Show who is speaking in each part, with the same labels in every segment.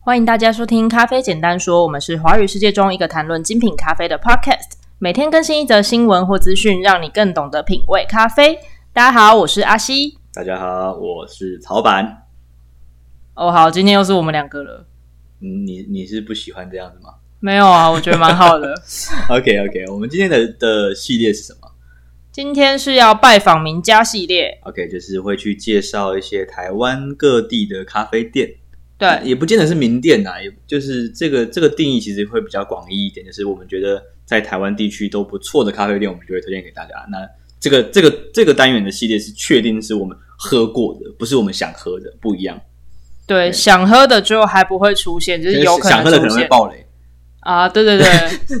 Speaker 1: 欢迎大家收听《咖啡简单说》，我们是华语世界中一个谈论精品咖啡的 podcast，每天更新一则新闻或资讯，让你更懂得品味咖啡。大家好，我是阿西。
Speaker 2: 大家好，我是曹板。
Speaker 1: 哦，好，今天又是我们两个了。
Speaker 2: 嗯，你你是不喜欢这样子吗
Speaker 1: 没有啊，我觉得蛮好的。
Speaker 2: ？OK OK，我们今天的的系列是什么
Speaker 1: 今天是要拜访名家系列，
Speaker 2: ？OK，就是会去介绍一些台湾各地的咖啡店，
Speaker 1: 对，
Speaker 2: 也不见得是名店啊，也就是这个这个定义其实会比较广义一点，就是我们觉得在台湾地区都不错的咖啡店，我们就会推荐给大家。那这个这个这个单元的系列是确定是我们喝过的，不是我们想喝的，不一样。
Speaker 1: 对，想喝的就还不会出现，就是有可
Speaker 2: 想喝的
Speaker 1: 能
Speaker 2: 可能
Speaker 1: 出
Speaker 2: 会
Speaker 1: 现
Speaker 2: 爆雷，
Speaker 1: 啊。对对对，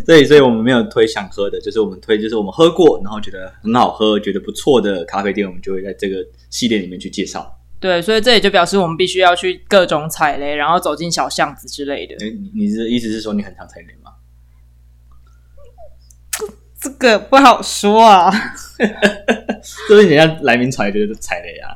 Speaker 2: 对，所以我们没有推想喝的，就是我们推就是我们喝过，然后觉得很好喝，觉得不错的咖啡店，我们就会在这个系列里面去介绍。
Speaker 1: 对，所以这也就表示我们必须要去各种踩雷，然后走进小巷子之类的。
Speaker 2: 诶哎你你是意思是说你很常踩雷吗？
Speaker 1: 这个不好说啊，
Speaker 2: 这是人家来明踩觉得踩雷啊？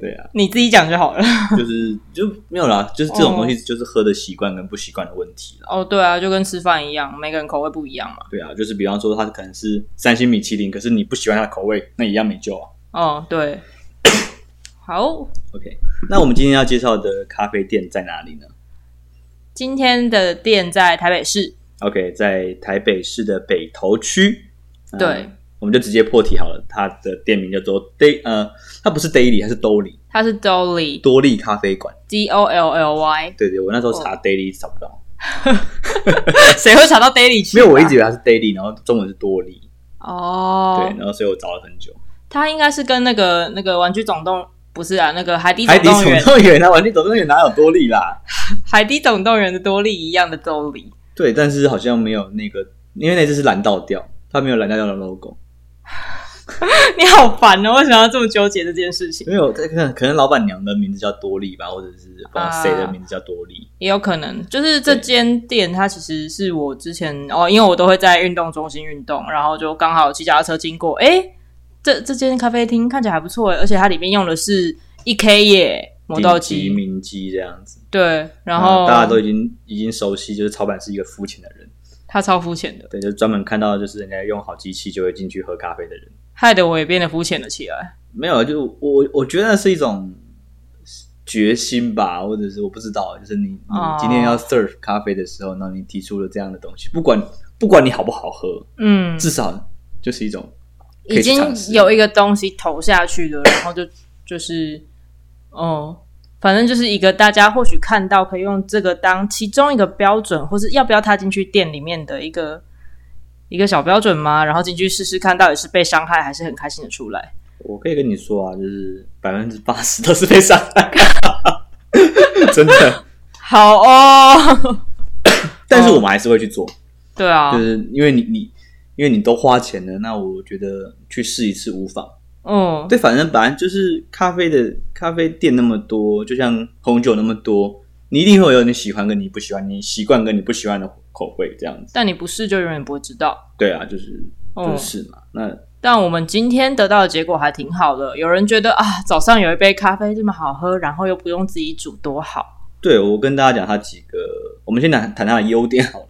Speaker 2: 对啊，
Speaker 1: 你自己讲就好了。
Speaker 2: 就是就没有啦，就是这种东西就是喝的习惯跟不习惯的问题啦。
Speaker 1: 哦，对啊，就跟吃饭一样，每个人口味不一样嘛。
Speaker 2: 对啊，就是比方说它可能是三星米其林，可是你不喜欢它的口味，那一样没救啊。
Speaker 1: 哦，对。好，
Speaker 2: OK，那我们今天要介绍的咖啡店在哪里呢
Speaker 1: 今天的店在台北市，
Speaker 2: ？OK，在台北市的北投区。嗯
Speaker 1: 对，
Speaker 2: 我们就直接破题好了。它的店名叫做 Day，呃，它不是 Daily，它是 Dolly
Speaker 1: 它是 Dolly
Speaker 2: 多利咖啡馆。
Speaker 1: D O L L Y，
Speaker 2: 对对，我那时候
Speaker 1: 哦
Speaker 2: 查 Daily 找不到，
Speaker 1: 谁会查到 Daily 去、啊
Speaker 2: 没有，我一直以为它是 Daily，然后中文是多利。对，
Speaker 1: 哦，
Speaker 2: 然后所以我找了很久。
Speaker 1: 它应该是跟那个那个玩具总动不是啊，那个海底
Speaker 2: 海
Speaker 1: 总动
Speaker 2: 底总
Speaker 1: 员
Speaker 2: 动员啊，玩 具总动员哪有多利啦？
Speaker 1: 海底总动员的多利一样的 Dolly，
Speaker 2: 对，但是好像没有那个，因为那只是蓝倒掉，它没有蓝倒掉的 logo。
Speaker 1: 你好烦哦，为什么要这么纠结这件事情？
Speaker 2: 没有，这个可能老板娘的名字叫多利吧，或者是不知道谁的名字叫多利。
Speaker 1: 也有可能，就是这间店它其实是我之前哦，因为我都会在运动中心运动，然后就刚好骑脚踏车经过，诶，这这间咖啡厅看起来还不错诶，而且它里面用的是一 K 耶磨豆
Speaker 2: 顶级
Speaker 1: 机，
Speaker 2: 名机这样子，
Speaker 1: 对，然后、
Speaker 2: 啊大家都已经已经熟悉，就是草板是一个肤浅的人。
Speaker 1: 它超肤浅的，
Speaker 2: 对，就专门看到就是人家用好机器就会进去喝咖啡的人。
Speaker 1: 害得我也变得肤浅了起来。
Speaker 2: 没有，就我我觉得是一种决心吧，或者是我不知道，就是你你
Speaker 1: 哦
Speaker 2: 今天要 serve 咖啡的时候，那你提出了这样的东西，不管不管你好不好喝，
Speaker 1: 嗯，
Speaker 2: 至少就是一种可
Speaker 1: 已
Speaker 2: 以去
Speaker 1: 经
Speaker 2: 尝试
Speaker 1: 有一个东西投下去了，然后就就是哦。反正就是一个大家或许看到可以用这个当其中一个标准，或是要不要踏进去店里面的一个一个小标准吗？然后进去试试看，到底是被伤害还是很开心的出来。
Speaker 2: 我可以跟你说啊，就是百分之八十都是被伤害，真的。
Speaker 1: 好哦，
Speaker 2: 但是我们还是会去做，
Speaker 1: 对啊
Speaker 2: 就，是因为你你因为你都花钱了，那我觉得去试一次无妨。
Speaker 1: 嗯，
Speaker 2: 对，反正本来就是咖啡的咖啡店那么多，就像红酒那么多，你一定会有你喜欢跟你不喜欢，你习惯跟你不喜欢的口味这样子。
Speaker 1: 但你不试就永远不会知道。
Speaker 2: 对啊，就是
Speaker 1: 嗯
Speaker 2: 就是嘛。那
Speaker 1: 但我们今天得到的结果还挺好的。有人觉得啊，早上有一杯咖啡这么好喝，然后又不用自己煮，多好。
Speaker 2: 对我跟大家讲它几个，我们先谈谈它的优点好了。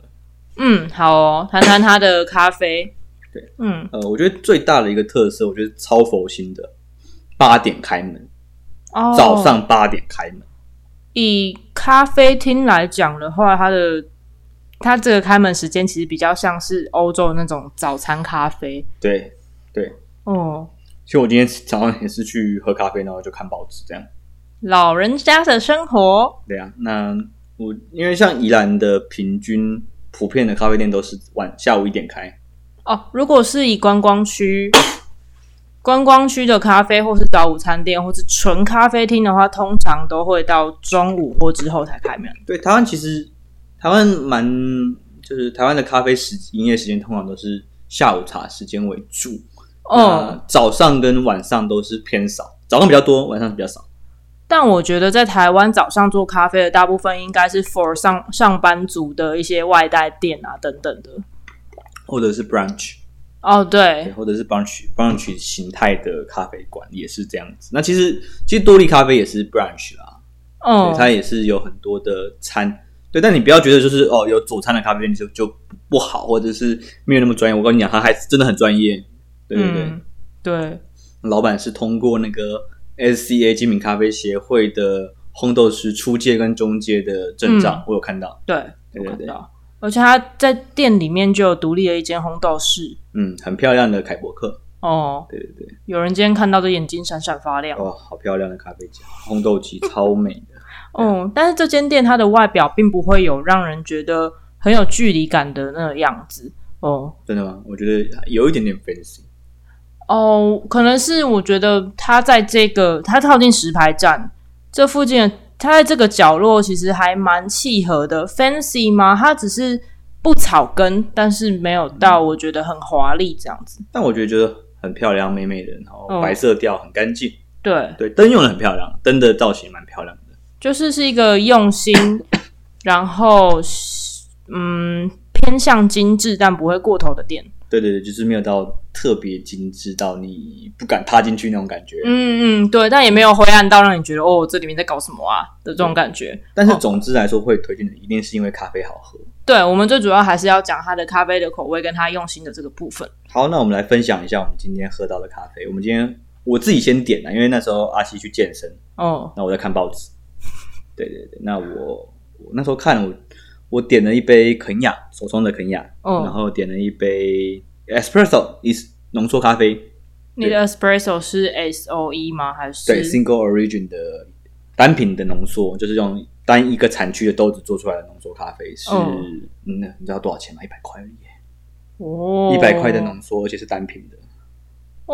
Speaker 1: 嗯，好哦，谈谈它的咖啡。
Speaker 2: 对，
Speaker 1: 嗯，
Speaker 2: 呃，我觉得最大的一个特色，我觉得超佛心的，八点开门，
Speaker 1: 哦，
Speaker 2: 早上八点开门。
Speaker 1: 以咖啡厅来讲的话，它的它这个开门时间其实比较像是欧洲那种早餐咖啡
Speaker 2: 对，
Speaker 1: 哦。
Speaker 2: 其实我今天早上也是去喝咖啡，然后就看报纸这样。
Speaker 1: 老人家的生活，
Speaker 2: 对啊，那我因为像宜兰的平均普遍的咖啡店都是晚下午一点开，
Speaker 1: 哦，如果是以观光区。 观光区的咖啡，或是早午餐店，或是纯咖啡厅的话，通常都会到中午或之后才开门。
Speaker 2: 对台湾其实台湾蛮就是台湾的咖啡时营业时间通常都是下午茶时间为主，
Speaker 1: 哦，
Speaker 2: 那早上跟晚上都是偏少，早上比较多，晚上比较少。
Speaker 1: 但我觉得在台湾早上做咖啡的大部分应该是 for 上上班族的一些外带店啊等等的。
Speaker 2: 或者是 brunch，
Speaker 1: 哦，对
Speaker 2: 对，，或者是 brunch brunch 形态的咖啡馆也是这样子。那其实其实多利咖啡也是 brunch 啦，
Speaker 1: 嗯
Speaker 2: 对，它也是有很多的餐。对，但你不要觉得就是哦，有佐餐的咖啡店就就不好，或者是没有那么专业。我跟你讲，它还是真的很专业。对对对，
Speaker 1: 嗯对，
Speaker 2: 老板是通过那个 SCA 精品咖啡协会的烘豆师初阶跟中阶的证照，
Speaker 1: 嗯
Speaker 2: 我有看到。
Speaker 1: 对，
Speaker 2: 对
Speaker 1: 我
Speaker 2: 对
Speaker 1: 看
Speaker 2: 对，
Speaker 1: 到。而且他在店里面就有独立的一间烘豆室
Speaker 2: 嗯，很漂亮的凯博克。
Speaker 1: 哦，
Speaker 2: 对对对，
Speaker 1: 有人今天看到的眼睛闪闪发亮
Speaker 2: 哇，好漂亮的咖啡机，烘豆 机超美的。
Speaker 1: 哦。但是这间店它的外表并不会有让人觉得很有距离感的那个样子哦
Speaker 2: 真的吗？我觉得有一点点 fancy。
Speaker 1: 哦，可能是我觉得它在这个它靠近石牌站这附近的，它在这个角落其实还蛮契合的。Fancy 吗？它只是不草根，但是没有到我觉得很华丽这样子。
Speaker 2: 但我觉得觉得很漂亮，美美的，然后
Speaker 1: 哦
Speaker 2: 白色调很干净。
Speaker 1: 对，
Speaker 2: 对，灯用的很漂亮，灯的造型蛮漂亮的。
Speaker 1: 就是是一个用心，然后嗯偏向精致但不会过头的店。
Speaker 2: 对对对，就是没有到特别精致到你不敢踏进去那种感觉。
Speaker 1: 嗯嗯，对，但也没有灰暗到让你觉得哦这里面在搞什么啊的这种感觉。
Speaker 2: 但是总之来说，会推荐的一定是因为咖啡好喝。
Speaker 1: 对我们最主要还是要讲它的咖啡的口味跟它用心的这个部分。
Speaker 2: 好，那我们来分享一下我们今天喝到的咖啡。我们今天我自己先点了，因为那时候阿西去健身，
Speaker 1: 哦，
Speaker 2: 那我在看报纸。对对对，那我我那时候看我我点了一杯肯雅手冲的肯雅，
Speaker 1: 哦
Speaker 2: 然后点了一杯 espresso 意思浓缩咖啡，
Speaker 1: 你的 espresso 是 S O E 吗？还是
Speaker 2: 对 single origin 的单品的浓缩，就是用单一个产区的豆子做出来的浓缩咖啡是，
Speaker 1: 哦
Speaker 2: 嗯，你知道多少钱吗？一百块而已，
Speaker 1: 哦
Speaker 2: 一百块的浓缩，而且是单品的。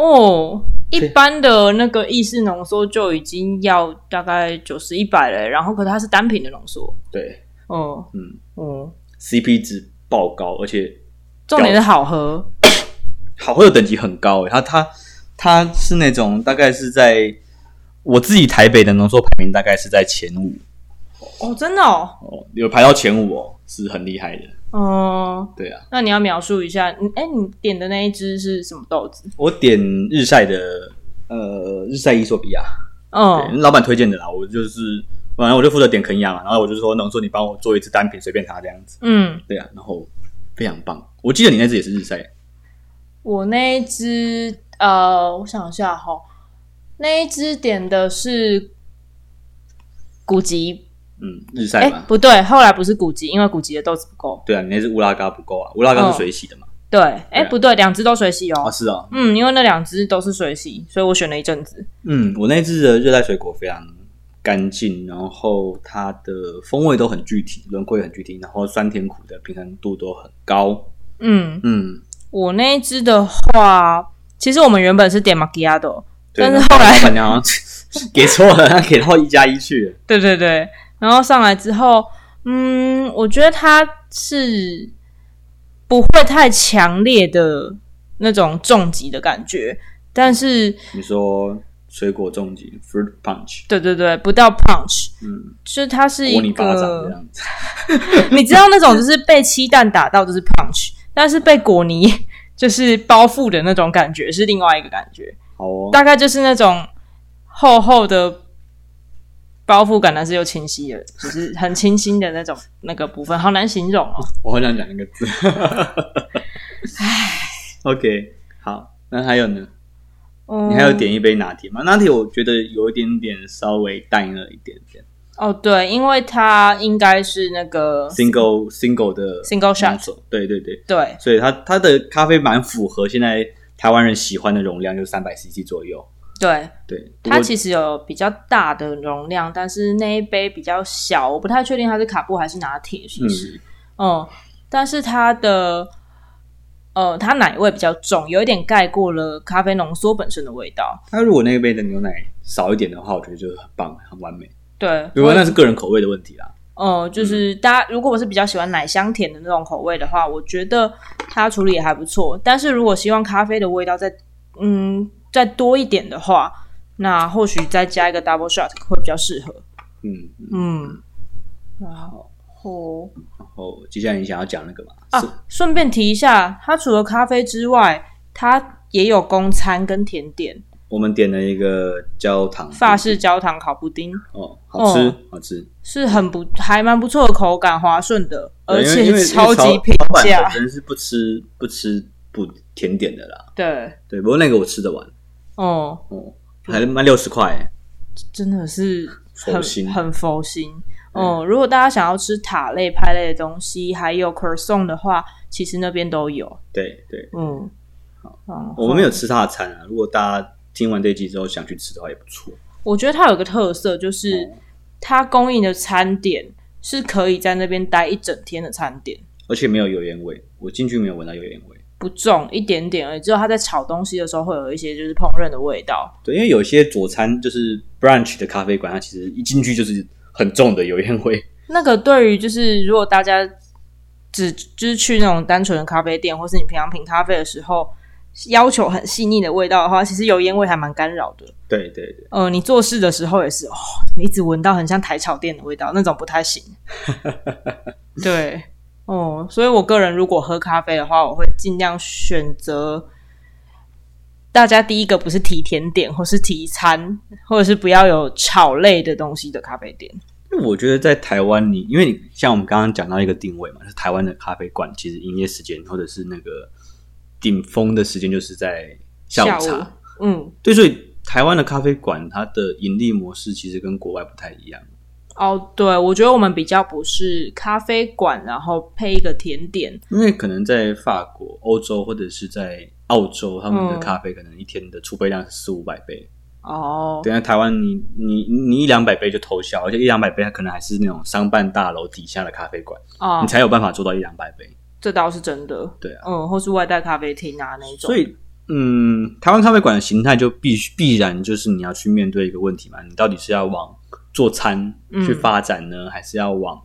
Speaker 1: 哦。一般的那个意式浓缩就已经要大概九十一百了，然后可它是单品的浓缩，
Speaker 2: 对，
Speaker 1: 哦
Speaker 2: 嗯
Speaker 1: 哦，
Speaker 2: ，CP 值爆高，而且
Speaker 1: 重点是好喝，
Speaker 2: 好喝的等级很高欸。它它它是那种大概是在我自己台北的浓缩排名大概是在前五
Speaker 1: 哦，真的哦，
Speaker 2: 哦，有排到前五哦，是很厉害的。
Speaker 1: 嗯、
Speaker 2: 对啊，
Speaker 1: 那你要描述一下，你哎、你点的那一只是什么豆子？
Speaker 2: 我点日晒的呃日晒伊索比亚，
Speaker 1: 嗯
Speaker 2: 对，老板推荐的啦，我就是反正我就负责点肯亚嘛，然后我就说浓缩你帮我做一支单品，随便他这样子。
Speaker 1: 嗯，
Speaker 2: 对啊，然后非常棒。我记得你那支也是日晒，
Speaker 1: 我那一只呃，我想一下哈，那一只点的是古籍，
Speaker 2: 嗯，日
Speaker 1: 哎、
Speaker 2: 晒嘛。
Speaker 1: 不对，后来不是古籍，因为古籍的豆子不够。
Speaker 2: 对啊，你那支乌拉嘎不够啊，乌拉嘎是水洗的嘛？
Speaker 1: 对，哎、
Speaker 2: 对啊
Speaker 1: 不对，两只都水洗
Speaker 2: 啊，
Speaker 1: 哦。
Speaker 2: 是啊，
Speaker 1: 嗯，因为那两只都是水洗，所以我选了一阵子。
Speaker 2: 嗯，我那支的热带水果非常干净，然后它的风味都很具体，轮廓也很具体，然后酸甜苦的平衡度都很高。
Speaker 1: 嗯，
Speaker 2: 嗯，
Speaker 1: 我那一只的话，其实我们原本是点 macchiato，
Speaker 2: 对
Speaker 1: 但是后来
Speaker 2: 老板娘好 像给错了，她给到一加一去了。
Speaker 1: 对对对，然后上来之后，嗯，我觉得它是不会太强烈的那种重击的感觉，但是
Speaker 2: 你说水果重击 （fruit punch），
Speaker 1: 对对对，不到 punch，
Speaker 2: 嗯，
Speaker 1: 就是它是
Speaker 2: 窝
Speaker 1: 一
Speaker 2: 你巴掌这
Speaker 1: 个，
Speaker 2: 样子。
Speaker 1: 你知道那种就是被鸡蛋打到就是 punch，但是被果泥 就是包覆的那种感觉是另外一个感觉，
Speaker 2: 好哦，
Speaker 1: 大概就是那种厚厚的。包覆感，但是又清晰的，就是很清新的那种那个部分，好难形容哦。
Speaker 2: 我好想讲一个 字。OK，好，那还有呢？
Speaker 1: 嗯
Speaker 2: 你还有点一杯拿铁吗？拿铁我觉得有一点点稍微淡了一点点
Speaker 1: 哦，对，因为它应该是那个
Speaker 2: ，single single 的
Speaker 1: Single shot
Speaker 2: 浓缩对对对，
Speaker 1: 对，
Speaker 2: 所以它它的咖啡蛮符合现在台湾人喜欢的容量，就三百 CC 左右。
Speaker 1: 对，
Speaker 2: 对，
Speaker 1: 它
Speaker 2: 实
Speaker 1: 其实有比较大的容量，但是那一杯比较小，我不太确定它是卡布还是拿铁，其实，
Speaker 2: 嗯，
Speaker 1: 嗯，但是它的呃，它奶味比较重，有一点盖过了咖啡浓缩本身的味道。
Speaker 2: 它如果那一杯的牛奶少一点的话，我觉得就是很棒，很完美。
Speaker 1: 对，
Speaker 2: 不过
Speaker 1: 我
Speaker 2: 那是个人口味的问题啦。
Speaker 1: 呃，就是大家如果我是比较喜欢奶香甜的那种口味的话，我觉得它处理也还不错。但是如果希望咖啡的味道再嗯再多一点的话，那或许再加一个 double shot 会比较适合。
Speaker 2: 嗯，
Speaker 1: 嗯，然后
Speaker 2: 然后接下来你想要讲那个嘛？是
Speaker 1: 啊，顺便提一下，它除了咖啡之外，它也有公餐跟甜点，
Speaker 2: 我们点了一个焦糖
Speaker 1: 法式焦糖烤布丁。
Speaker 2: 哦，好吃、
Speaker 1: 哦
Speaker 2: 好制，
Speaker 1: 是很不还蛮不错的口感，滑顺的，
Speaker 2: 对
Speaker 1: 而
Speaker 2: 因为因为因
Speaker 1: 且
Speaker 2: 为
Speaker 1: 超级平
Speaker 2: 老板
Speaker 1: 价
Speaker 2: 本。身是不吃不吃不甜点的啦，
Speaker 1: 对，
Speaker 2: 对，不过那个我吃得完，
Speaker 1: 哦，
Speaker 2: 哦，还卖六十块欸，
Speaker 1: 真的是很
Speaker 2: 佛心
Speaker 1: 很佛心。哦，如果大家想要吃塔类、派类的东西，还有 croissant 的话，其实那边都有。
Speaker 2: 对对，
Speaker 1: 嗯，好
Speaker 2: 我们没有吃他的餐啊，如果大家听完这一集之后想去吃的话也不错，
Speaker 1: 我觉得它有个特色，就是
Speaker 2: 哦
Speaker 1: 它供应的餐点是可以在那边待一整天的餐点，
Speaker 2: 而且没有油烟味，我进去没有闻到油烟味。
Speaker 1: 不重一点点而已。只有它在炒东西的时候会有一些就是烹饪的味道。
Speaker 2: 对，因为有些佐餐就是 brunch 的咖啡馆，它其实一进去就是很重的油烟味。
Speaker 1: 那个对于就是如果大家只就是去那种单纯的咖啡店，或是你平常品咖啡的时候。要求很细腻的味道的话，其实油烟味还蛮干扰的。
Speaker 2: 对对对，
Speaker 1: 呃，你做事的时候也是，哦，怎么一直闻到很像台草店的味道，那种不太行。对，哦，所以我个人如果喝咖啡的话，我会尽量选择大家第一个不是提甜点，或是提餐，或者是不要有炒类的东西的咖啡店。
Speaker 2: 因为我觉得在台湾你，因为你像我们刚刚讲到一个定位嘛，就是台湾的咖啡馆其实营业时间或者是那个顶峰的时间就是在下午茶。
Speaker 1: 下午嗯，
Speaker 2: 对，所以台湾的咖啡馆它的盈利模式其实跟国外不太一样。
Speaker 1: 哦，对，我觉得我们比较不是咖啡馆，然后配一个甜点，
Speaker 2: 因为可能在法国、欧洲或者是在澳洲，他们的
Speaker 1: 嗯
Speaker 2: 咖啡可能一天的储备量是四五百杯。
Speaker 1: 哦，
Speaker 2: 等一下台湾你你你一两百杯就偷笑，而且一两百杯它可能还是那种商办大楼底下的咖啡馆，
Speaker 1: 啊
Speaker 2: 你，才有办法做到一两百杯。
Speaker 1: 这倒是真的。
Speaker 2: 对啊，
Speaker 1: 嗯，或是外带咖啡厅啊那一种。
Speaker 2: 所以嗯，台湾咖啡馆的形态就必须必然就是你要去面对一个问题嘛，你到底是要往做餐
Speaker 1: 嗯
Speaker 2: 去发展呢，还是要往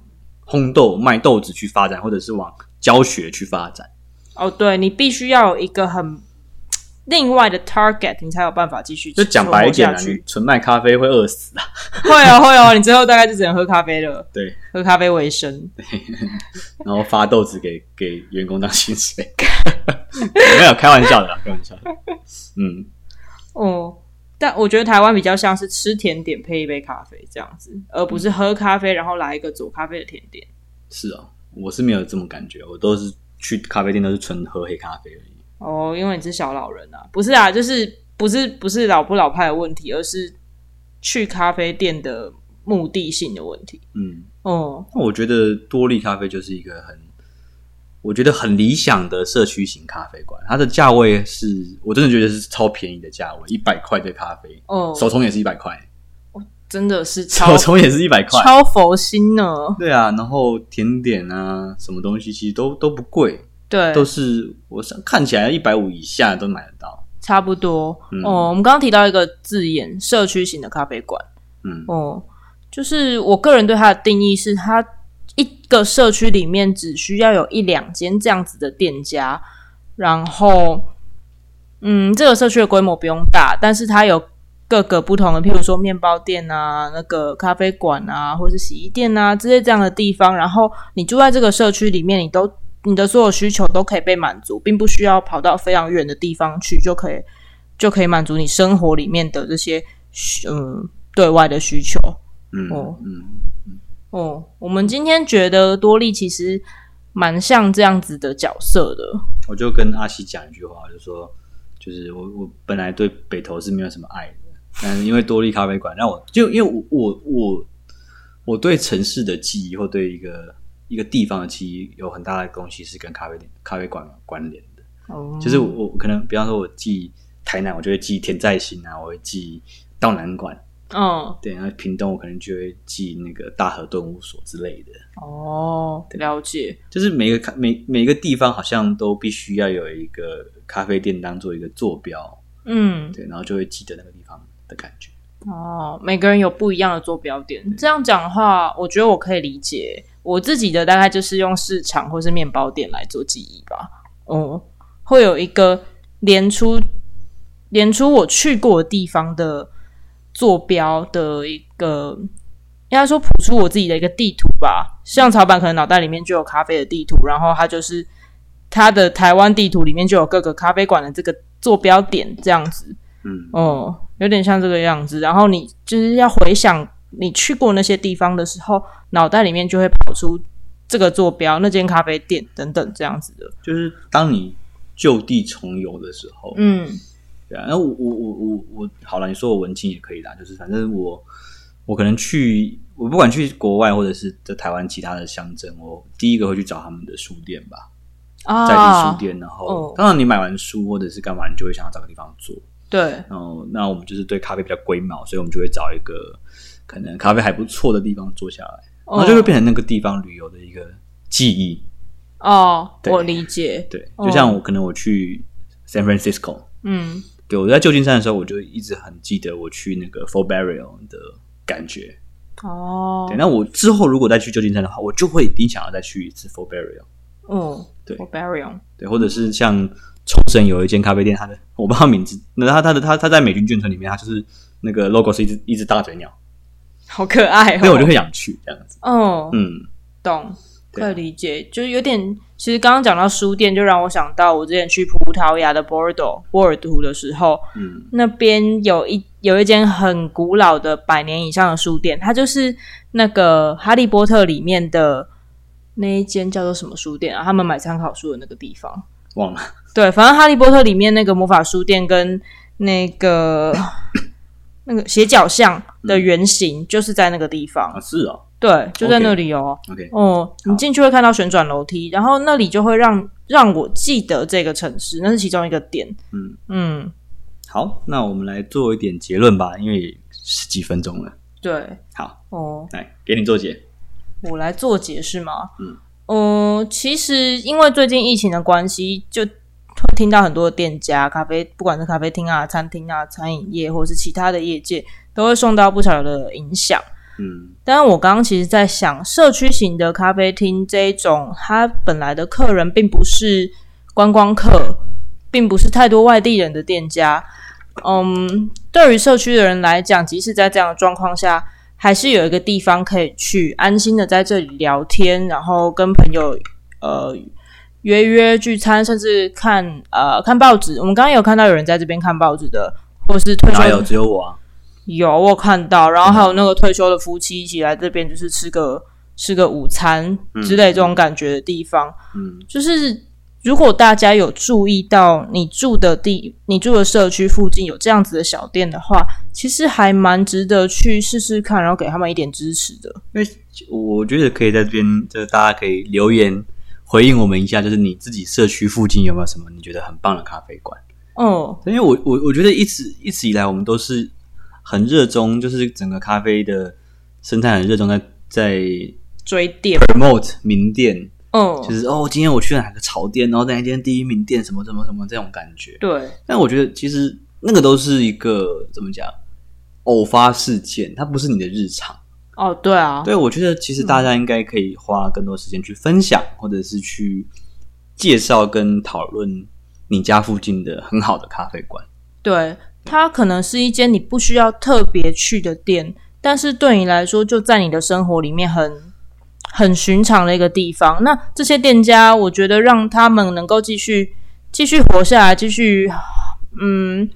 Speaker 2: 烘豆卖豆子去发展，或者是往教学去发展？
Speaker 1: 哦，对你必须要有一个很另外的 target，你才有办法继续
Speaker 2: 就讲白一点
Speaker 1: 下
Speaker 2: 啊，你
Speaker 1: 去。
Speaker 2: 纯卖咖啡会饿死啊。
Speaker 1: 会哦，会哦，你最后大概就只能喝咖啡了，
Speaker 2: 对，
Speaker 1: 喝咖啡为生。
Speaker 2: 然后发豆子给给员工当 薪水，没有开玩笑的啦，开玩笑的。嗯，
Speaker 1: 哦，但我觉得台湾比较像是吃甜点配一杯咖啡这样子，而不
Speaker 2: 嗯
Speaker 1: 是喝咖啡然后来一个佐咖啡的甜点。
Speaker 2: 是哦，我是没有这么感觉，我都是去咖啡店都是纯喝黑咖啡而已。
Speaker 1: 哦，因为你是小老人啊，不是啊，就是不是不是老不老派的问题，而是去咖啡店的目的性的问题。
Speaker 2: 嗯，
Speaker 1: 哦，
Speaker 2: 那我觉得多利咖啡就是一个很，我觉得很理想的社区型咖啡馆，它的价位是我真的觉得是超便宜的价位，一百块的咖啡，
Speaker 1: 哦
Speaker 2: 手冲也是一百块，
Speaker 1: 真的是超
Speaker 2: 手冲也是一百块，
Speaker 1: 超佛心呢。
Speaker 2: 对啊，然后甜点啊，什么东西其实都都不贵，
Speaker 1: 对，
Speaker 2: 都是我上看起来一百五以下都买得到。
Speaker 1: 差不多。
Speaker 2: 嗯
Speaker 1: 哦，我们刚刚提到一个字眼，社区型的咖啡馆。
Speaker 2: 嗯，
Speaker 1: 哦，就是我个人对它的定义是，它一个社区里面只需要有一两间这样子的店家，然后，嗯，这个社区的规模不用大，但是它有。各个不同的，譬如说面包店啊、那个咖啡馆啊，或是洗衣店啊之类这样的地方，然后你住在这个社区里面，你都你的所有需求都可以被满足，并不需要跑到非常远的地方去就可以就可以满足你生活里面的这些需嗯对外的需求。
Speaker 2: 嗯
Speaker 1: 哦
Speaker 2: 嗯，
Speaker 1: 哦，我们今天觉得多利其实蛮像这样子的角色的。
Speaker 2: 我就跟阿西讲一句话，我就说，就是我我本来对北投是没有什么爱的，但是因为多利咖啡馆让我就因为我我我我对城市的记忆或对一个一个地方的记忆有很大的东西是跟咖啡店咖啡馆有关联的。
Speaker 1: 哦
Speaker 2: 就是我我可能比方说我记台南，我就会记田在兴啊，我会记道南馆。
Speaker 1: 嗯，
Speaker 2: 对，然后屏东我可能就会记那个大河顿悟所之类的，
Speaker 1: 哦，了解。
Speaker 2: 就是每个咖每每个地方好像都必须要有一个咖啡店当做一个坐标，
Speaker 1: 嗯，
Speaker 2: 对，然后就会记得那个地方的感觉。
Speaker 1: 哦，每个人有不一样的坐标点。这样讲的话，我觉得我可以理解。我自己的大概就是用市场或是面包店来做记忆吧。哦，会有一个连出连出我去过的地方的坐标的一个，应该说谱出我自己的一个地图吧。像草板可能脑袋里面就有咖啡的地图，然后它就是它的台湾地图里面就有各个咖啡馆的这个坐标点这样子。
Speaker 2: 嗯，
Speaker 1: 哦，有点像这个样子。然后你就是要回想你去过那些地方的时候，脑袋里面就会跑出这个坐标、那间咖啡店等等这样子的。
Speaker 2: 就是当你就地重游的时候，
Speaker 1: 嗯
Speaker 2: 对啊，那我我我我我好了，你说我文青也可以啦，就是反正我我可能去，我不管去国外或者是在台湾其他的乡镇，我第一个会去找他们的书店吧，在地
Speaker 1: 啊
Speaker 2: 书，店，然后、
Speaker 1: 哦
Speaker 2: 当然你买完书或者是干嘛，你就会想要找个地方坐，
Speaker 1: 对，
Speaker 2: 然后那我们就是对咖啡比较龟毛，所以我们就会找一个可能咖啡还不错的地方坐下来，然后就会变成那个地方旅游的一个记忆，
Speaker 1: 哦，
Speaker 2: 对
Speaker 1: 我理解，
Speaker 2: 对，
Speaker 1: 哦
Speaker 2: 就像我可能我去 San Francisco，、
Speaker 1: 嗯
Speaker 2: 对，我在旧金山的时候，我就一直很记得我去那个 For Burial 的感觉。
Speaker 1: 哦
Speaker 2: 对，，那我之后如果再去旧金山的话，我就会一定想要再去一次 For Burial。
Speaker 1: 嗯，
Speaker 2: 对
Speaker 1: b a r i o
Speaker 2: 对，或者是像冲绳有一间咖啡店，它的我不知道名字，那它它的它它在美军眷村里面，它就是那个 logo 是一只一只大嘴鸟，
Speaker 1: 好可爱哦，
Speaker 2: 所以我就会想去这样子。
Speaker 1: 嗯，
Speaker 2: 嗯，
Speaker 1: 懂，
Speaker 2: 对
Speaker 1: 可
Speaker 2: 啊
Speaker 1: 以理解，就是有点。其实刚刚讲到书店，就让我想到我之前去葡萄牙的波尔多波尔图的时候，
Speaker 2: 嗯，
Speaker 1: 那边有一有一间很古老的百年以上的书店，它就是那个《哈利波特》里面的那一间叫做什么书店啊？他们买参考书的那个地方。
Speaker 2: 忘了。
Speaker 1: 对，反正《哈利波特》里面那个魔法书店跟那个 那个斜角巷的原型就是在那个地方，
Speaker 2: 啊，是哦。
Speaker 1: 对，就在那里哦。
Speaker 2: OK，
Speaker 1: 哦，你进去会看到旋转楼梯，然后那里就会让让我记得这个城市，那是其中一个点。
Speaker 2: 嗯
Speaker 1: 嗯，
Speaker 2: 好，那我们来做一点结论吧，因为十几分钟了。
Speaker 1: 对，
Speaker 2: 好，
Speaker 1: 哦，
Speaker 2: 来给你做结。
Speaker 1: 我来做解释吗？
Speaker 2: 嗯，
Speaker 1: 呃，其实因为最近疫情的关系，就会听到很多店家、咖啡，不管是咖啡厅啊、餐厅啊、餐饮业，或是其他的业界，都会受到不少的影响。
Speaker 2: 嗯
Speaker 1: 但是我刚刚其实在想，社区型的咖啡厅这一种，它本来的客人并不是观光客，并不是太多外地人的店家。嗯，对于社区的人来讲，即使在这样的状况下，还是有一个地方可以去安心的在这里聊天，然后跟朋友呃约约聚餐，甚至看呃看报纸。我们刚刚有看到有人在这边看报纸的，或是退休
Speaker 2: 哪有？只有我啊。
Speaker 1: 有，我有看到，然后还有那个退休的夫妻一起来这边，就是吃个吃个午餐之类这种感觉的地方。
Speaker 2: 嗯
Speaker 1: 就是如果大家有注意到你住的地、你住的社区附近有这样子的小店的话，其实还蛮值得去试试看，然后给他们一点支持的。
Speaker 2: 因为我觉得可以在这边，就是大家可以留言回应我们一下，就是你自己社区附近有没有什么你觉得很棒的咖啡馆？
Speaker 1: 哦，
Speaker 2: 因为我我我觉得一直一直以来我们都是很热衷，就是整个咖啡的生态很热衷在在
Speaker 1: 追店，
Speaker 2: promote 名店，
Speaker 1: 哦，
Speaker 2: 就是哦，今天我去了哪个潮店，然后那一间第一名店什么什么什么这种感觉。
Speaker 1: 对，
Speaker 2: 但我觉得其实那个都是一个怎么讲，偶发事件，它不是你的日常。
Speaker 1: 哦，对啊，
Speaker 2: 对，我觉得其实大家应该可以花更多时间去分享，或者是去介绍跟讨论你家附近的很好的咖啡馆。
Speaker 1: 对，它可能是一间你不需要特别去的店，但是对你来说就在你的生活里面很很寻常的一个地方。那这些店家，我觉得让他们能够继续继续活下来，继续嗯，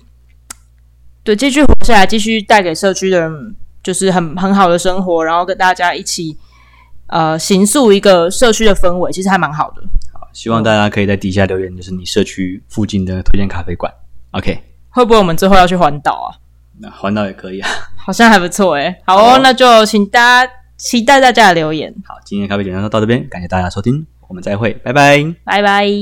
Speaker 1: 对，继续活下来，继续带给社区的人就是很很好的生活，然后跟大家一起。呃，形塑一个社区的氛围，其实还蛮好的。
Speaker 2: 好，希望大家可以在底下留言，就是你社区附近的推荐咖啡馆。OK，
Speaker 1: 会不会我们之后要去环岛啊？
Speaker 2: 那环岛也可以啊。
Speaker 1: 好像还不错哎、好哦，
Speaker 2: 好哦
Speaker 1: 那就请大家期待大家的留言，
Speaker 2: 好，今天的咖啡简单就到这边，感谢大家收听，我们再会，拜拜。
Speaker 1: 拜拜。